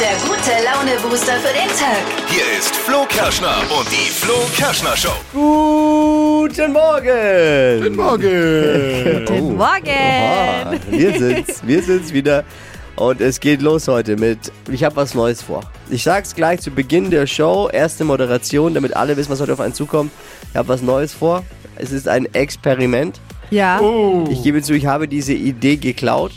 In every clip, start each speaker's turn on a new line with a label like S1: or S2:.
S1: der gute Laune-Booster für den Tag.
S2: Hier ist Flo Kerschner und die Flo Kerschner Show.
S3: Guten Morgen! Guten
S2: Morgen.
S4: Guten Morgen!
S3: Oh, Wir sind's, wir sind's wieder und es geht los heute mit, ich habe was Neues vor. Ich sag's gleich zu Beginn der Show, erste Moderation, damit alle wissen, was heute auf einen zukommt. Ich habe was Neues vor, es ist ein Experiment.
S4: Ja,
S3: Ich gebe zu, ich habe diese Idee geklaut.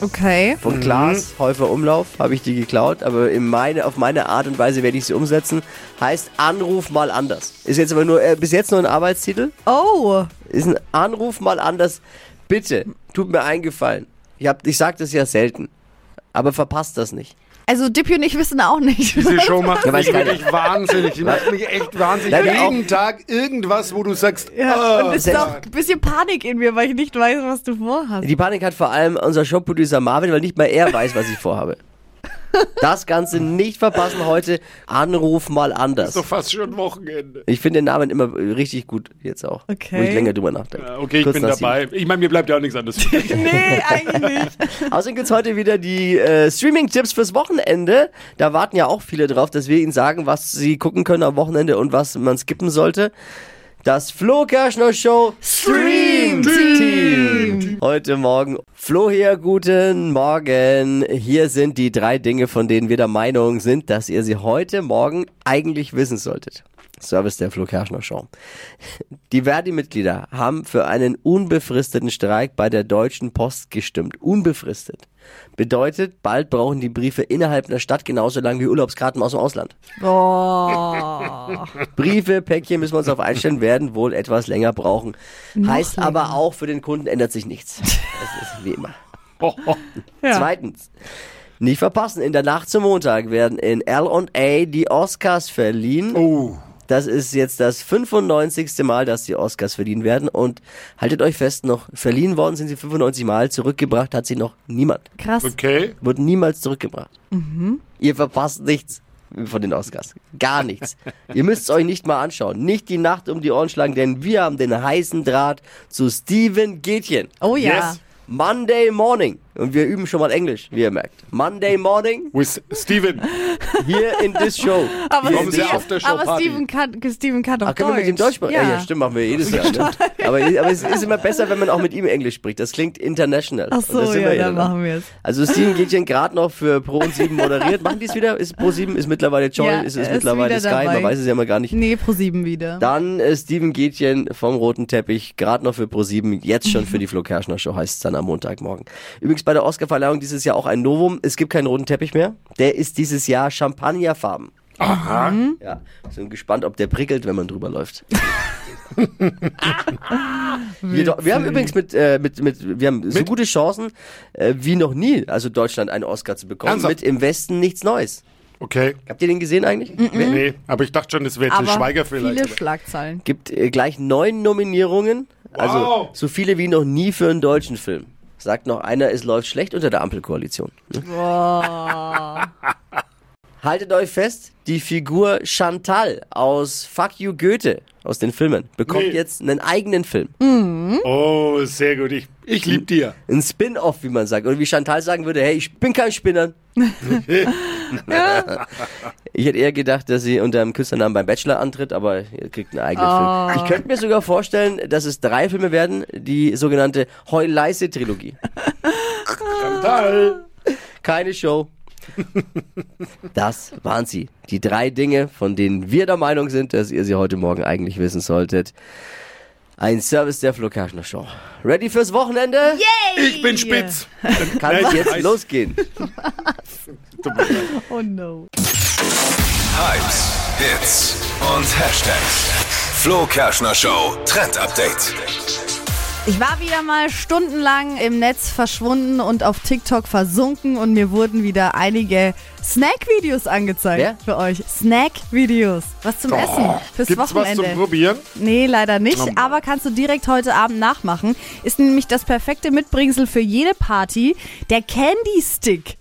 S4: okay.
S3: Von Klaas, Häufer Umlauf, habe ich die geklaut, aber in meine, auf meine Art und Weise werde ich sie umsetzen. Heißt Anruf mal anders. Ist jetzt aber nur, äh, bis jetzt nur ein Arbeitstitel.
S4: Oh,
S3: Ist ein Anruf mal anders. Bitte, tut mir eingefallen. Ich, hab, ich sag das ja selten. Aber verpasst das nicht.
S4: also Dippy und ich wissen auch nicht.
S5: Diese Show macht
S3: Ja, weiß
S5: mich
S3: keiner.
S5: wirklich wahnsinnig. Die macht mich echt wahnsinnig.
S3: Leider auch.
S5: Jeden Tag irgendwas, wo du sagst,
S4: Ja,
S5: ah,
S4: und es ist
S3: selbst-
S4: auch ein bisschen Panik in mir, weil ich nicht weiß, was du vorhast.
S3: Die Panik hat vor allem unser Shop-Producer Marvin, weil nicht mal er weiß, was ich vorhabe. Das Ganze nicht verpassen heute. Anruf mal anders.
S5: ist doch fast schon Wochenende.
S3: Ich finde den Namen immer richtig gut jetzt auch.
S4: Okay.
S3: Wo ich länger drüber nachdenke.
S5: Ja, Okay, ich
S3: Kurz
S5: bin
S3: nach
S5: dabei. Ich meine, mir bleibt ja auch nichts anderes. übrig.
S4: Nee, eigentlich nicht.
S3: Außerdem gibt's heute wieder die äh, Streaming-Tipps fürs Wochenende. Da warten ja auch viele drauf, dass wir ihnen sagen, was sie gucken können am Wochenende und was man skippen sollte. Das Flo Kerschner Show Stream Team. Heute Morgen. Flo hier, guten Morgen. Hier sind die drei Dinge, von denen wir der Meinung sind, dass ihr sie heute Morgen eigentlich wissen solltet. Service der Flo Kerschner Show. Die Verdi-Mitglieder haben für einen unbefristeten Streik bei der Deutschen Post gestimmt. Unbefristet. Bedeutet, bald brauchen die Briefe innerhalb einer Stadt genauso lang wie Urlaubskarten aus dem Ausland.
S4: Oh.
S3: Briefe, Päckchen müssen wir uns auf einstellen, werden wohl etwas länger brauchen. heißt aber auch, für den Kunden ändert sich nichts. Das ist wie immer.
S5: Oh, oh.
S4: Ja.
S3: Zweitens. Nicht verpassen, in der Nacht zum Montag werden in L&A die Oscars verliehen.
S5: Oh.
S3: Das ist jetzt das 95. Mal, dass die Oscars verliehen werden. Und haltet euch fest, noch verliehen worden sind sie 95 Mal. Zurückgebracht hat sie noch niemand.
S4: Krass.
S5: Okay.
S3: Wurde niemals zurückgebracht.
S4: Mhm.
S3: Ihr verpasst nichts von den Oscars. Gar nichts. Ihr müsst es euch nicht mal anschauen. Nicht die Nacht um die Ohren schlagen, denn wir haben den heißen Draht zu Steven Gätjen.
S4: Oh ja.
S5: Yes.
S3: Monday Morning. Und wir üben schon mal Englisch, wie ihr merkt. Monday Morning,
S5: With Steven.
S3: hier in this show.
S4: Aber,
S3: Hier in
S5: Kommen Sie
S3: this
S5: auf
S4: Steven,
S3: show.
S5: der
S4: aber
S5: Showparty.
S4: Steven kann, Steven kann doch
S3: Ach, können wir mit dem Deutsch machen? Ja, ja stimmt, machen wir jedes Jahr. Ne? Aber, aber es ist immer besser, wenn man auch mit ihm Englisch spricht. Das klingt international.
S4: Ach
S3: Und
S4: so,
S3: das sind
S4: ja,
S3: wir
S4: dann
S3: dann.
S4: machen wir es.
S3: Also Steven Gätchen gerade noch für Pro und 7 moderiert. Machen die es wieder? Ist Pro 7 ist mittlerweile Joy,
S4: Ja,
S3: ist
S4: er
S3: es
S4: ist
S3: mittlerweile
S4: wieder
S3: Sky, man
S4: dabei.
S3: weiß es ja mal gar nicht.
S4: Nee, pro sieben wieder.
S3: Dann äh, Steven Gätchen vom roten Teppich, gerade noch für Pro7, jetzt schon für die Flo Kerschner Show heißt es dann am Montagmorgen. Übrigens bei der Oscarverleihung dieses Jahr auch ein Novum. Es gibt keinen roten Teppich mehr. Der ist dieses Jahr Champagnerfarben. Mhm.
S5: Aha.
S3: Ja, sind gespannt, ob der prickelt, wenn man drüber läuft. wir, do- wir haben übrigens mit, äh, mit, mit, wir haben so gute Chancen äh, wie noch nie, also Deutschland einen Oscar zu bekommen.
S5: Ernsthaft?
S3: Mit im Westen nichts Neues.
S5: Okay.
S3: Habt ihr den gesehen eigentlich?
S5: Nee, aber ich dachte schon, das wäre Till
S4: aber
S5: Schweiger
S4: viele
S5: vielleicht.
S4: Schlagzeilen.
S3: Gibt äh, gleich neun Nominierungen, also
S5: Wow.
S3: so viele wie noch nie für einen deutschen Film. Sagt noch einer, es läuft schlecht unter der Ampelkoalition. Ne? Haltet euch fest, die Figur Chantal aus Fuck You Goethe aus den Filmen bekommt
S5: Nee.
S3: jetzt einen eigenen Film.
S5: Oh, sehr gut. Ich, ich lieb dir.
S3: Ein Spin-off, wie man sagt. Oder wie Chantal sagen würde, hey, ich bin kein Spinner. ich hätte eher gedacht, dass sie unter dem Künstlernamen beim Bachelor antritt, aber ihr kriegt einen eigenen Film. Ich könnte mir sogar vorstellen, dass es drei Filme werden, die sogenannte Heuleise-Trilogie.
S5: Chantal.
S3: Keine Show. Das waren sie. Die drei Dinge, von denen wir der Meinung sind, dass ihr sie heute Morgen eigentlich wissen solltet. Ein Service der Flo Kerschner Show. Ready fürs Wochenende?
S5: Ich bin spitz.
S3: Kann
S5: Nein,
S3: es
S5: ich
S3: jetzt
S5: weiß.
S3: losgehen?
S5: Tut mir leid.
S4: Oh no.
S2: Hypes, Hits und Hashtags. Flo Kerschner Show Trend Update.
S4: Ich war wieder mal stundenlang im Netz verschwunden und auf TikTok versunken und mir wurden wieder einige Snack-Videos angezeigt
S3: Wer?
S4: für euch. Snack-Videos. Was zum Essen fürs
S5: Gibt's was
S4: Wochenende.
S5: zum Probieren?
S4: Nee, leider nicht, aber kannst du direkt heute Abend nachmachen. Ist nämlich das perfekte Mitbringsel für jede Party, der Candy Stick.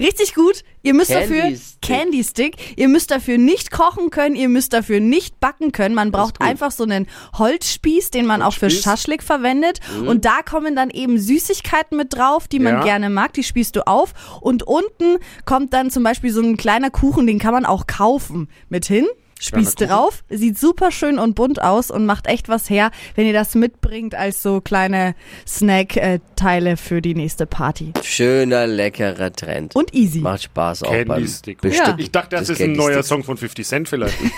S4: Richtig gut. Ihr müsst
S3: Candy
S4: dafür
S3: Stick.
S4: Candy Stick. Ihr müsst dafür nicht kochen können, ihr müsst dafür nicht backen können. Man braucht einfach so einen Holzspieß, den man auch für
S5: Holzspieß? Mhm.
S4: Schaschlik verwendet. Und da kommen dann eben Süßigkeiten mit drauf, die man
S5: Ja.
S4: gerne mag. Die spießt du auf. Und unten kommt dann zum Beispiel so ein kleiner Kuchen, den kann man auch kaufen mit hin. Spießt
S5: Kuchen.
S4: drauf, sieht super schön und bunt aus und macht echt was her, wenn ihr das mitbringt als so kleine Snack-Teile für die nächste Party.
S3: Schöner, leckerer Trend.
S4: Und easy.
S3: Macht Spaß auch
S5: Candy
S3: beim
S5: Stick.
S3: Bestücken.
S5: Ich dachte, das,
S3: des
S5: ist ein
S3: Candy
S5: neuer
S3: Sticks.
S5: Song von 50 Cent vielleicht.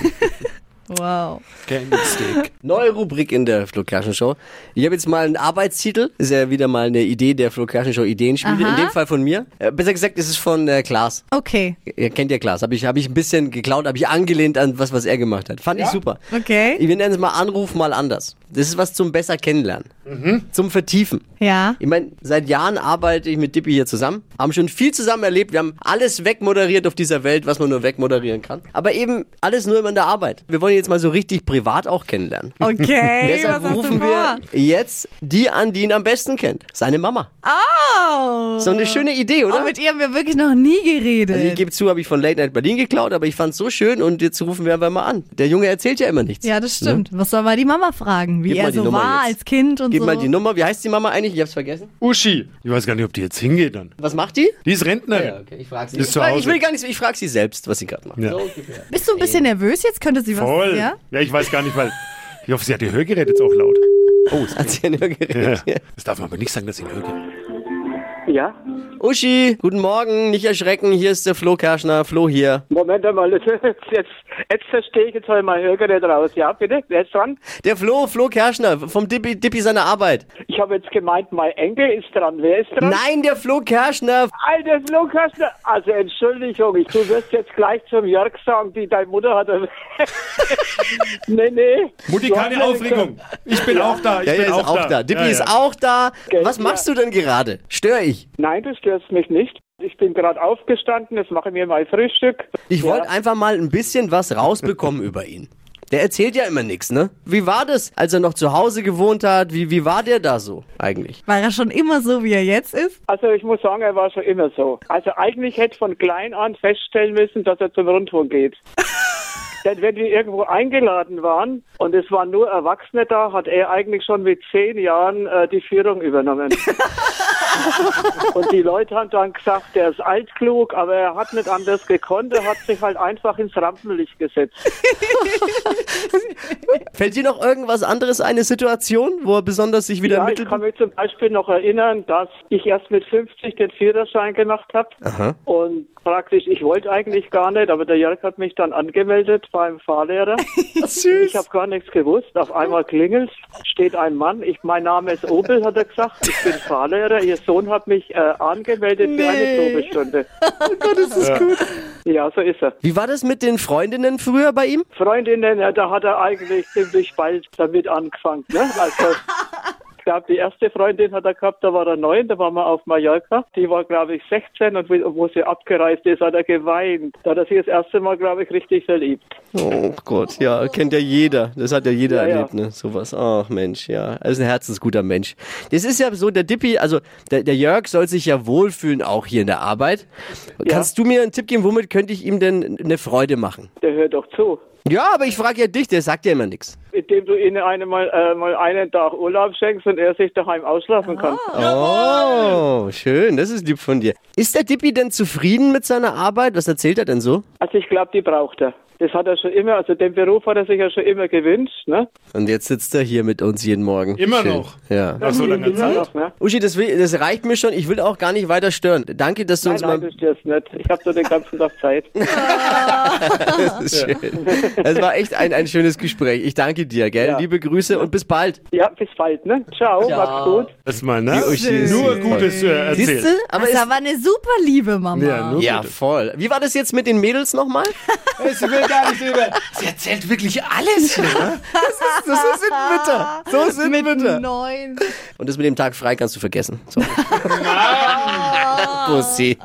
S4: Wow.
S5: Candy Stick.
S3: Neue Rubrik in der Flo Kerschner Show. Ich habe jetzt mal einen Arbeitstitel. Ist ja wieder mal eine Idee der Flo Kerschner Show Ideenspiele.
S4: Aha.
S3: In dem Fall von mir. Äh, besser gesagt, ist es von äh, Klaas.
S4: Okay.
S3: Ihr kennt ja Klaas. Habe ich, hab ich ein bisschen geklaut, habe ich angelehnt an was, was er gemacht hat. Fand ich super.
S4: Okay.
S3: Wir nennen es mal Anruf mal anders. Das ist was zum besser kennenlernen.
S5: Mhm.
S3: Zum Vertiefen.
S4: Ja.
S3: Ich meine, seit Jahren arbeite ich mit Dippy hier zusammen, haben schon viel zusammen erlebt, wir haben alles wegmoderiert auf dieser Welt, was man nur wegmoderieren kann. Aber eben alles nur immer in der Arbeit. Wir wollen ihn jetzt mal so richtig privat auch kennenlernen.
S4: Okay.
S3: Deshalb
S4: was hast du
S3: rufen wir
S4: vor?
S3: jetzt die an, die ihn am besten kennt. Seine Mama.
S4: Oh.
S3: So eine schöne Idee,
S4: Oh,
S3: oder?
S4: mit ihr haben wir wirklich noch nie geredet.
S3: Also ich gebe zu, habe ich von Late Night Berlin geklaut, aber ich fand's so schön und jetzt rufen wir einfach mal an. Der Junge erzählt ja immer nichts.
S4: ja, das stimmt. Was soll mal die Mama fragen, wie
S3: Gib ne? mal
S4: er
S3: die
S4: so
S3: Nummer
S4: war
S3: jetzt.
S4: als Kind und
S3: Gib
S4: so.
S3: mal die Nummer. Wie heißt die Mama eigentlich? Ich hab's vergessen.
S5: Uschi. Ich weiß gar nicht, ob die jetzt hingeht dann.
S3: Was macht die?
S5: Die ist Rentnerin.
S3: ich frage sie.
S5: Ist
S3: Ich,
S5: zu
S3: frag, ich
S5: Hause.
S3: will gar nicht, ich frage sie selbst, was sie gerade macht.
S5: Ja.
S3: So ungefähr.
S4: Bist du ein bisschen nervös jetzt? Könnte sie was
S5: Voll.
S4: Ja?
S5: Ja? ich weiß gar nicht, weil. Ich hoffe, sie hat ihr Hörgerät jetzt auch laut.
S3: Oh, es hat sie ja nur geredet.
S5: Ja. Das darf man aber nicht sagen, dass sie ein Hörgerät
S6: Ja,
S3: Uschi, guten Morgen, nicht erschrecken, hier ist der Flo Kerschner, Flo hier.
S6: Moment einmal, das- jetzt, jetzt verstehe ich jetzt hol ich mein Hörgerät raus. Ja, bitte, wer ist dran?
S3: Der Flo, Flo Kerschner, vom Dippi, Dippi seiner Arbeit.
S6: Ich habe jetzt gemeint, mein Enkel ist dran. Wer ist dran?
S3: Nein, der Flo Kerschner.
S6: Alter Lukas, also Entschuldigung, ich, du wirst jetzt gleich zum Jörg sagen, die deine Mutter hat. nee, nee.
S5: Mutti,
S6: Du
S5: keine
S6: hast ja
S5: Aufregung.
S6: gesagt-
S5: Ich bin auch da. Ich
S3: Ja,
S5: bin
S3: der ist auch da. Dippi
S5: Ja,
S3: ist
S5: ja.
S3: auch da.
S6: Gell,
S3: Was
S6: ja.
S3: machst du denn gerade? Stör ich?
S6: Nein, du störst mich nicht. Ich bin gerade aufgestanden, jetzt mache ich mir mein Frühstück.
S3: Ich
S6: Ja.
S3: wollte einfach mal ein bisschen was rausbekommen über ihn. Der erzählt ja immer nichts, ne? Wie war das, als er noch zu Hause gewohnt hat? Wie, wie war der da so eigentlich?
S4: War er schon immer so, wie er jetzt ist?
S6: Also ich muss sagen, er war schon immer so. Also eigentlich hätte von klein an feststellen müssen, dass er zum Rundfunk geht. Denn wenn wir irgendwo eingeladen waren und es waren nur Erwachsene da, hat er eigentlich schon mit zehn Jahren äh, die Führung übernommen. und die Leute haben dann gesagt, der ist altklug, aber er hat nicht anders gekonnt, er hat sich halt einfach ins Rampenlicht gesetzt.
S3: Fällt dir noch irgendwas anderes ein, eine Situation, wo er besonders sich wieder
S6: Ja, ich
S3: mittelt?
S6: kann mich zum Beispiel noch erinnern, dass ich erst mit 50 den Führerschein gemacht habe. Und praktisch, ich wollte eigentlich gar nicht, aber der Jörg hat mich dann angemeldet beim Fahrlehrer. Ich habe gar nichts gewusst. Auf einmal klingelt, steht ein Mann. Ich, mein Name ist Obel, hat er gesagt. Ich bin Fahrlehrer. Ihr Sohn hat mich äh, angemeldet für eine Probestunde. Ja, so ist er.
S3: Wie war das mit den Freundinnen früher bei ihm?
S6: Freundinnen, ja, da hat er eigentlich ziemlich bald damit angefangen. Ne? Also, ich glaube, die erste Freundin hat er gehabt, da war er neun, da waren wir auf Mallorca. Die war, glaube ich, 16 und wie- wo sie abgereist ist, hat er geweint. Da hat er sich das erste Mal, glaube ich, richtig verliebt.
S3: Oh Gott, ja, kennt ja jeder. Das hat ja jeder
S6: Ja, ja.
S3: erlebt, ne? Sowas. Ach Mensch, ja. Er ist ein herzensguter Mensch. Das ist ja so, der Dippi, also der, der Jörg soll sich ja wohlfühlen, auch hier in der Arbeit. Kannst du mir einen Tipp geben, womit könnte ich ihm denn eine Freude machen?
S6: Der hört doch zu.
S3: Ja, aber ich frage ja dich, der sagt ja immer nichts.
S6: Indem du ihnen eine mal, äh, mal einen Tag Urlaub schenkst und er sich daheim ausschlafen kann.
S3: Oh, schön, das ist lieb von dir. Ist der Dippi denn zufrieden mit seiner Arbeit? Was erzählt er denn so?
S6: Also ich glaube, die braucht er. Das hat er schon immer, also den Beruf hat er sich ja schon immer gewünscht, ne?
S3: Und jetzt sitzt er hier mit uns jeden Morgen.
S5: Immer
S3: schön. Mhm.
S5: noch.
S3: Ja.
S5: Nach so langer
S7: Hm?
S6: Immer
S5: Zeit.
S6: noch, ne?
S3: Uschi, das, will, das reicht mir schon. Ich will auch gar nicht weiter stören. Danke, dass du
S6: Nein,
S3: uns mal
S6: nein, du störst nicht. Ich habe so den ganzen Tag Zeit.
S3: Das ist schön. Es war echt ein, ein schönes Gespräch. Ich danke dir, gell?
S6: Ja.
S3: Liebe Grüße und bis bald.
S6: Ja, bis bald, ne? Ciao,
S3: Ciao.
S6: macht's gut.
S5: Das mal, ne?
S3: Die Uschi ist
S5: Nur
S3: süß.
S5: Gutes äh,
S3: Siehst du?
S5: erzählt.
S3: Aber
S4: das
S3: es
S4: ist Also, aber eine super liebe Mama.
S5: Ja, nur
S3: ja, ne? voll. Wie war das jetzt mit den Mädels nochmal?
S5: Sie will gar nicht über. Sie erzählt wirklich alles.
S3: So sind Mütter. So sind
S4: Mit
S3: Mütter.
S4: neun.
S3: Und das mit dem Tag frei kannst du vergessen. So. Pussy.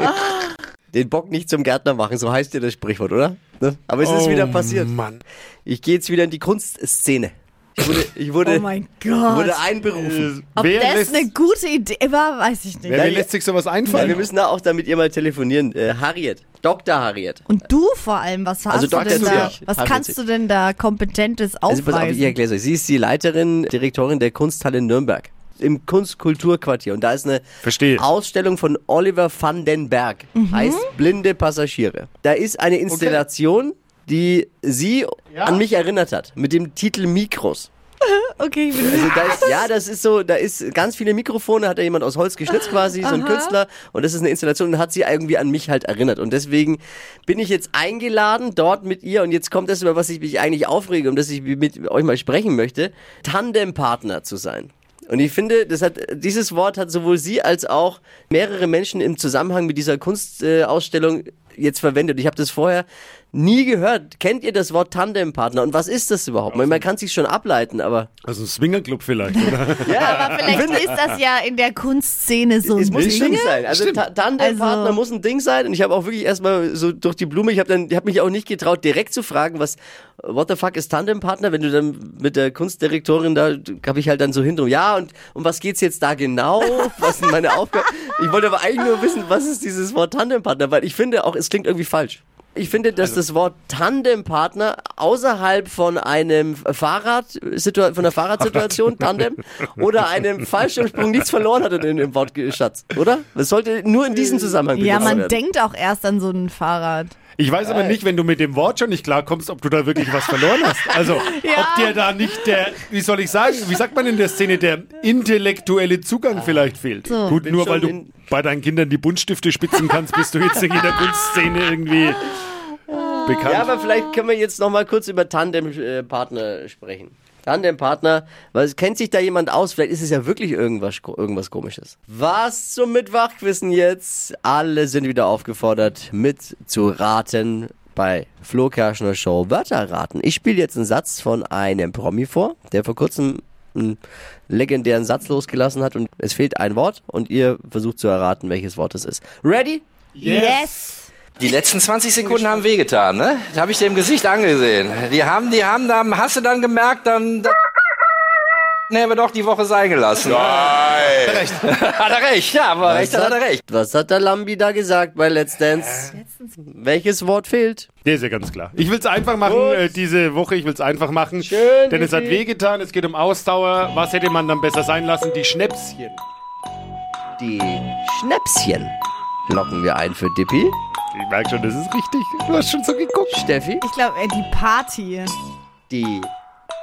S3: Den Bock nicht zum Gärtner machen, so heißt dir das Sprichwort, oder? Ne? Aber es
S7: Oh
S3: ist wieder passiert.
S5: Mann.
S3: Ich gehe jetzt wieder in die Kunstszene. Ich wurde, ich
S4: Oh
S3: wurde,
S4: mein
S3: wurde
S4: Gott.
S7: Äh,
S3: einberufen.
S4: Ob das eine gute Idee war, weiß ich nicht.
S5: wer
S3: Ja,
S5: lässt sich sowas
S3: Ja, wir
S5: einfallen?
S3: müssen da auch damit ihr mal telefonieren. Äh, Harriet. Dr. Harriet.
S4: Und du vor allem, was hast
S3: Also
S4: du
S3: Dr.
S4: denn da,
S3: Zürich.
S4: was
S3: Harriet
S4: kannst du
S3: Zürich.
S4: denn da kompetentes
S3: Also pass auf, ich
S4: aufweisen?
S3: erkläre euch. Sie ist die Leiterin, Direktorin der Kunsthalle Nürnberg im Kunstkulturquartier. Und da ist eine
S7: Verstehe.
S3: Ausstellung von Oliver van den Berg,
S4: Mhm.
S3: heißt Blinde Passagiere. Da ist eine Installation, die sie an mich erinnert hat, mit dem Titel Mikros.
S4: Okay, ich bin
S3: Also da ist, ja, das ist so, da ist ganz viele Mikrofone, hat da jemand aus Holz geschnitzt quasi, so ein Künstler. Und das ist eine Installation und hat sie irgendwie an mich halt erinnert. Und deswegen bin ich jetzt eingeladen dort mit ihr und jetzt kommt das, über was ich mich eigentlich aufrege und dass ich mit euch mal sprechen möchte, Tandempartner zu sein. Und ich finde, das hat, dieses Wort hat sowohl sie als auch mehrere Menschen im Zusammenhang mit dieser Kunstausstellung äh, Ausstellung jetzt verwendet. Ich habe das vorher nie gehört. Kennt ihr das Wort Tandempartner? Und was ist das überhaupt? Man, man kann sich schon ableiten, aber
S7: Also ein Swingerclub vielleicht, oder?
S4: Aber vielleicht ist das ja in der Kunstszene so
S3: Es
S4: ein
S3: muss ein
S4: Ding.
S3: Ding sein. Also Ta- Tandempartner
S4: Also-
S3: muss ein Ding sein. Und ich habe auch wirklich erstmal so durch die Blume, ich habe dann, ich habe mich auch nicht getraut, direkt zu fragen, was, what the fuck ist Tandempartner? Wenn du dann mit der Kunstdirektorin da, habe ich halt dann so hinterher, ja, und um was geht's jetzt da genau? Was sind meine Aufgaben? Ich wollte aber eigentlich nur wissen, was ist dieses Wort Tandempartner? Weil ich finde auch, es klingt irgendwie falsch. Ich finde, dass das Wort Tandempartner außerhalb von einem Fahrrad, situa- von einer Fahrradsituation, Tandem, oder einem Fallschirmsprung nichts verloren hat in dem Wort, Schatz, oder? Das sollte nur in diesem Zusammenhang
S4: Ja,
S3: benutzt
S4: man
S3: werden.
S4: denkt auch erst an so ein Fahrrad.
S7: Ich weiß aber nicht, wenn du mit dem Wort schon nicht klarkommst, ob du da wirklich was verloren hast. Also, ob dir da nicht der, wie soll ich sagen, wie sagt man in der Szene, der intellektuelle Zugang vielleicht fehlt.
S4: So.
S7: Gut,
S3: Bin
S7: nur weil
S3: schon
S7: du
S3: in-
S7: bei deinen Kindern die Buntstifte spitzen kannst, bist du jetzt in der Kunstszene irgendwie bekannt.
S3: Ja, aber vielleicht können wir jetzt noch mal kurz über Tandempartner sprechen. Tandempartner, weil es kennt sich da jemand aus, vielleicht ist es ja wirklich irgendwas, irgendwas komisches. Was zum Mittwochquissen jetzt? Alle sind wieder aufgefordert, mit zu raten bei Flo Kerschner Show Wörter raten. Ich spiele jetzt einen Satz von einem Promi vor, der vor kurzem einen legendären Satz losgelassen hat und es fehlt ein Wort und ihr versucht zu erraten, welches Wort es ist. Ready?
S4: Yes.
S8: Die letzten 20 Sekunden haben wehgetan, ne? Das habe ich dir im Gesicht angesehen. Die haben, die haben, dann hast du dann gemerkt, dann, dann hätten wir doch die Woche sein gelassen.
S2: Nein.
S8: Hat er recht, ja, aber recht hat er recht.
S3: Was hat der Lambi da gesagt bei Let's Dance? Welches Wort fehlt?
S7: Der ist ja ganz klar. Ich will es einfach machen äh, diese Woche, ich will es einfach machen. Schön, denn es hat wehgetan, es geht um Ausdauer. Was hätte man dann besser sein lassen? Die Schnäpschen.
S3: Die Schnäpschen locken wir ein für Dippi,
S7: Ich merke schon, das ist richtig. Du hast schon so geguckt.
S3: Steffi,
S4: Ich glaube, die Party.
S3: die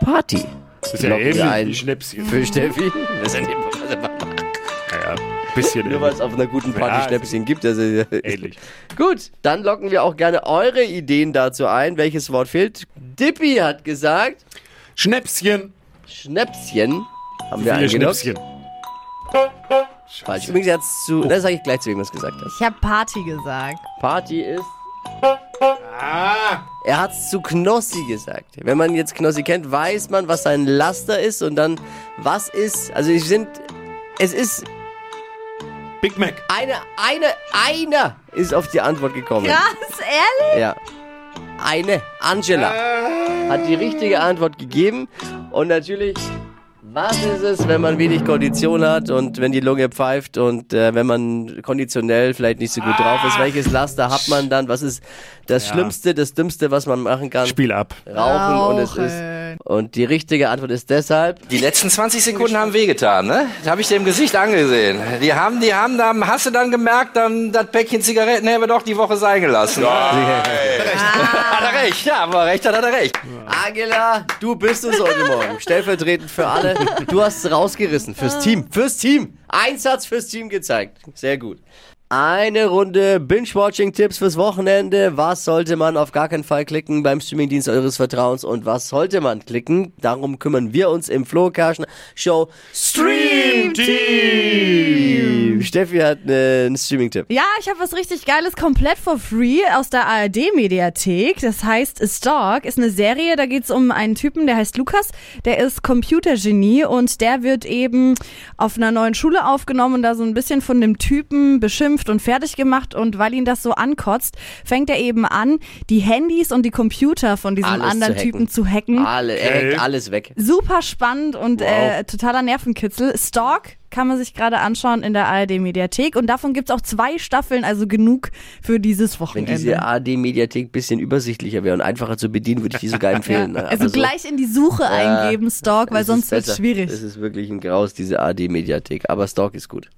S3: Party
S7: Das ist ja
S3: Locken wir
S7: ähnlich
S3: ein.
S7: wie Schnäpschen.
S3: für Steffi.
S7: Naja, bisschen
S3: Nur weil es auf einer guten Party
S7: Ja,
S3: Schnäpschen gibt. Also,
S7: ähnlich.
S3: Gut, dann locken wir auch gerne eure Ideen dazu ein. Welches Wort fehlt? Dippi hat gesagt,
S7: Schnäpschen.
S3: Schnäpschen haben wir
S7: Viele
S3: eingeloggt.
S7: Schnäpschen.
S3: Falsch. Übrigens jetzt zu, das sage ich gleich zu wem du es gesagt hast.
S4: Ich habe Party gesagt.
S3: Party ist. Er hat's zu Knossi gesagt. Wenn man jetzt Knossi kennt, weiß man, was sein Laster ist und dann was ist. Also es sind, es ist
S7: Big Mac.
S3: eine, eine, einer ist auf die Antwort gekommen.
S4: Krass, ehrlich?
S3: Ja. Eine Angela hat die richtige Antwort gegeben und natürlich. Was ist es, wenn man wenig Kondition hat und wenn die Lunge pfeift und äh, wenn man konditionell vielleicht nicht so gut drauf ist? Welches Laster hat man dann? Was ist das Schlimmste, das Dümmste, was man machen kann?
S7: Spiel ab.
S3: Rauchen und es
S4: Rauchen.
S3: ist. Und die richtige Antwort ist deshalb
S8: Die letzten 20 Sekunden haben wehgetan, ne? Das habe ich dir im Gesicht angesehen. Die haben, die haben, dann hast du dann gemerkt, dann das Päckchen Zigaretten hätten wir doch die Woche sein gelassen. Ah. Hat er recht, ja, aber recht hat er recht.
S3: Angela, du bist es heute Morgen. Stellvertretend für alle. Du hast es rausgerissen. Fürs Team. Fürs Team. Einsatz fürs Team gezeigt. Sehr gut. Eine Runde Binge-Watching-Tipps fürs Wochenende. Was sollte man auf gar keinen Fall klicken beim Streamingdienst eures Vertrauens und was sollte man klicken? Darum kümmern wir uns im Flo Kerschner Show Stream Team. Steffi hat äh, einen Streaming-Tipp.
S4: Ja, ich habe was richtig Geiles komplett for free aus der ARD-Mediathek. Das heißt Stalk, ist eine Serie, da geht's um einen Typen, der heißt Lukas, der ist Computergenie und der wird eben auf einer neuen Schule aufgenommen und da so ein bisschen von dem Typen beschimpft. beschimpft und fertig gemacht und weil ihn das so ankotzt, fängt er eben an, die Handys und die Computer von diesem
S3: Alles zu
S4: anderen
S3: hacken.
S4: Typen zu hacken.
S3: Alle, er hackt alles weg.
S4: Super spannend und äh, totaler Nervenkitzel. Stalk kann man sich gerade anschauen in der ARD-Mediathek und davon gibt's auch zwei Staffeln, also genug für dieses
S3: Wenn
S4: Wochenende.
S3: diese AD-Mediathek ein bisschen übersichtlicher wäre und einfacher zu bedienen, würde ich die sogar empfehlen. ne?
S4: also
S3: Aber so-
S4: gleich in die Suche eingeben, Stalk, weil
S3: Es ist
S4: sonst wird's
S3: besser.
S4: schwierig.
S3: Es ist wirklich ein Graus, diese AD-Mediathek. Aber Stalk ist gut.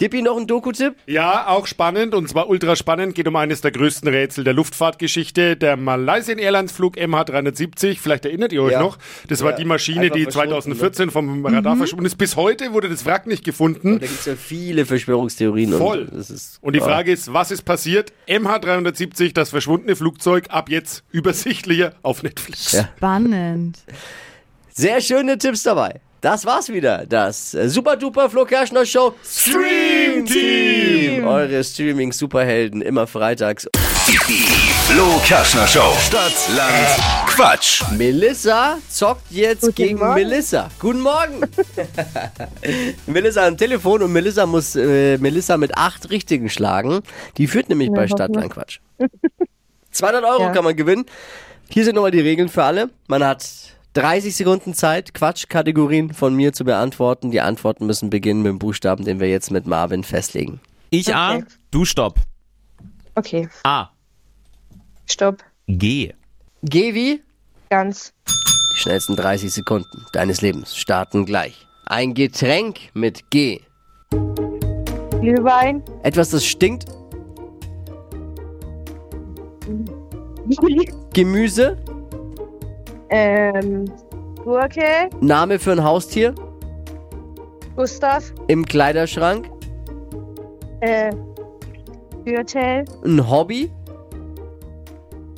S3: Dippi, noch ein Doku-Tipp?
S7: Ja, auch spannend und zwar ultra spannend. Geht um eines der größten Rätsel der Luftfahrtgeschichte. Der Malaysian Airlines Flug MH370, vielleicht erinnert ihr euch
S3: Ja.
S7: noch. Das war die Maschine,
S3: einfach
S7: die
S3: verschwunden, ne?
S7: 2014 vom Radar verschwunden ist. Bis heute wurde das Wrack nicht gefunden.
S3: Da gibt es ja viele Verschwörungstheorien.
S7: Voll.
S3: Und, das ist,
S7: Und die
S3: ja.
S7: Frage ist, was ist passiert? MH370, das verschwundene Flugzeug, ab jetzt übersichtlicher auf Netflix.
S3: Ja.
S4: Spannend.
S3: Sehr schöne Tipps dabei. Das war's wieder. Das äh, Super Duper Flo Kerschner Show Stream Team. Eure Streaming Superhelden immer freitags.
S2: Die Flo Kerschner Show. Stadt, Land, Quatsch.
S3: Melissa zockt jetzt gegen Melissa. Guten Morgen. Melissa am Telefon und Melissa muss äh, Melissa mit acht Richtigen schlagen. Die führt nämlich bei Stadtland Quatsch. 200 Euro kann man gewinnen. Hier sind nochmal die Regeln für alle. Man hat 30 Sekunden Zeit, Quatschkategorien von mir zu beantworten. Die Antworten müssen beginnen mit dem Buchstaben, den wir jetzt mit Marvin festlegen.
S9: Ich A, du Stopp.
S8: Okay,
S9: A,
S8: stopp.
S9: G.
S3: Geh wie?
S8: Ganz.
S3: Die schnellsten 30 Sekunden deines Lebens starten gleich. Ein Getränk mit G.
S8: Glühwein.
S3: Etwas, das stinkt. Gemüse.
S8: ähm, Gurke.
S3: Name für ein Haustier.
S8: Gustav.
S3: Im Kleiderschrank. Øh,
S8: Äh, Gürtel.
S3: Ein Hobby.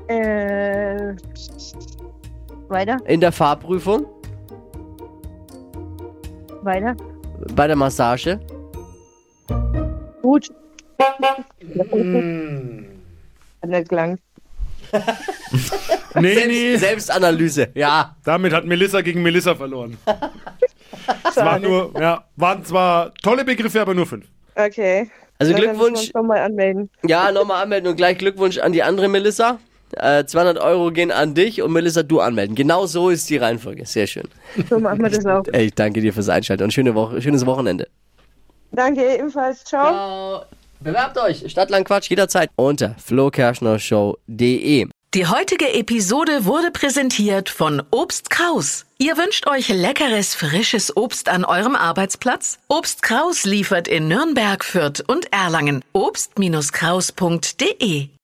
S8: Äh, weiter,
S3: In øh, der Fahrprüfung.
S8: weiter.
S3: Bei der Massage.
S8: Gut. Hat nicht gelangt.
S7: Nee, nee.
S3: Selbstanalyse. Ja.
S7: Damit hat Melissa gegen Melissa verloren. Es waren nur, ja, waren zwar tolle Begriffe, aber nur fünf.
S8: Okay.
S3: Also
S8: Dann müssen wir
S3: Glückwunsch.
S8: uns nochmal anmelden.
S3: Ja, nochmal anmelden und gleich Glückwunsch an die andere Melissa. Äh, 200 Euro gehen an dich und Melissa, du anmelden. Genau so ist die Reihenfolge. Sehr schön.
S8: So machen wir das auch.
S3: Ey, ich danke dir fürs Einschalten und schöne Woche, schönes Wochenende.
S8: Danke, ebenfalls. Ciao.
S3: Ciao. Bewerbt euch. Stadtland Quatsch jederzeit unter flokerschnershow.de.
S10: Die heutige Episode wurde präsentiert von Obst Kraus. Ihr wünscht euch leckeres, frisches Obst an eurem Arbeitsplatz? Obst Kraus liefert in Nürnberg, Fürth und Erlangen. Obst-Kraus.de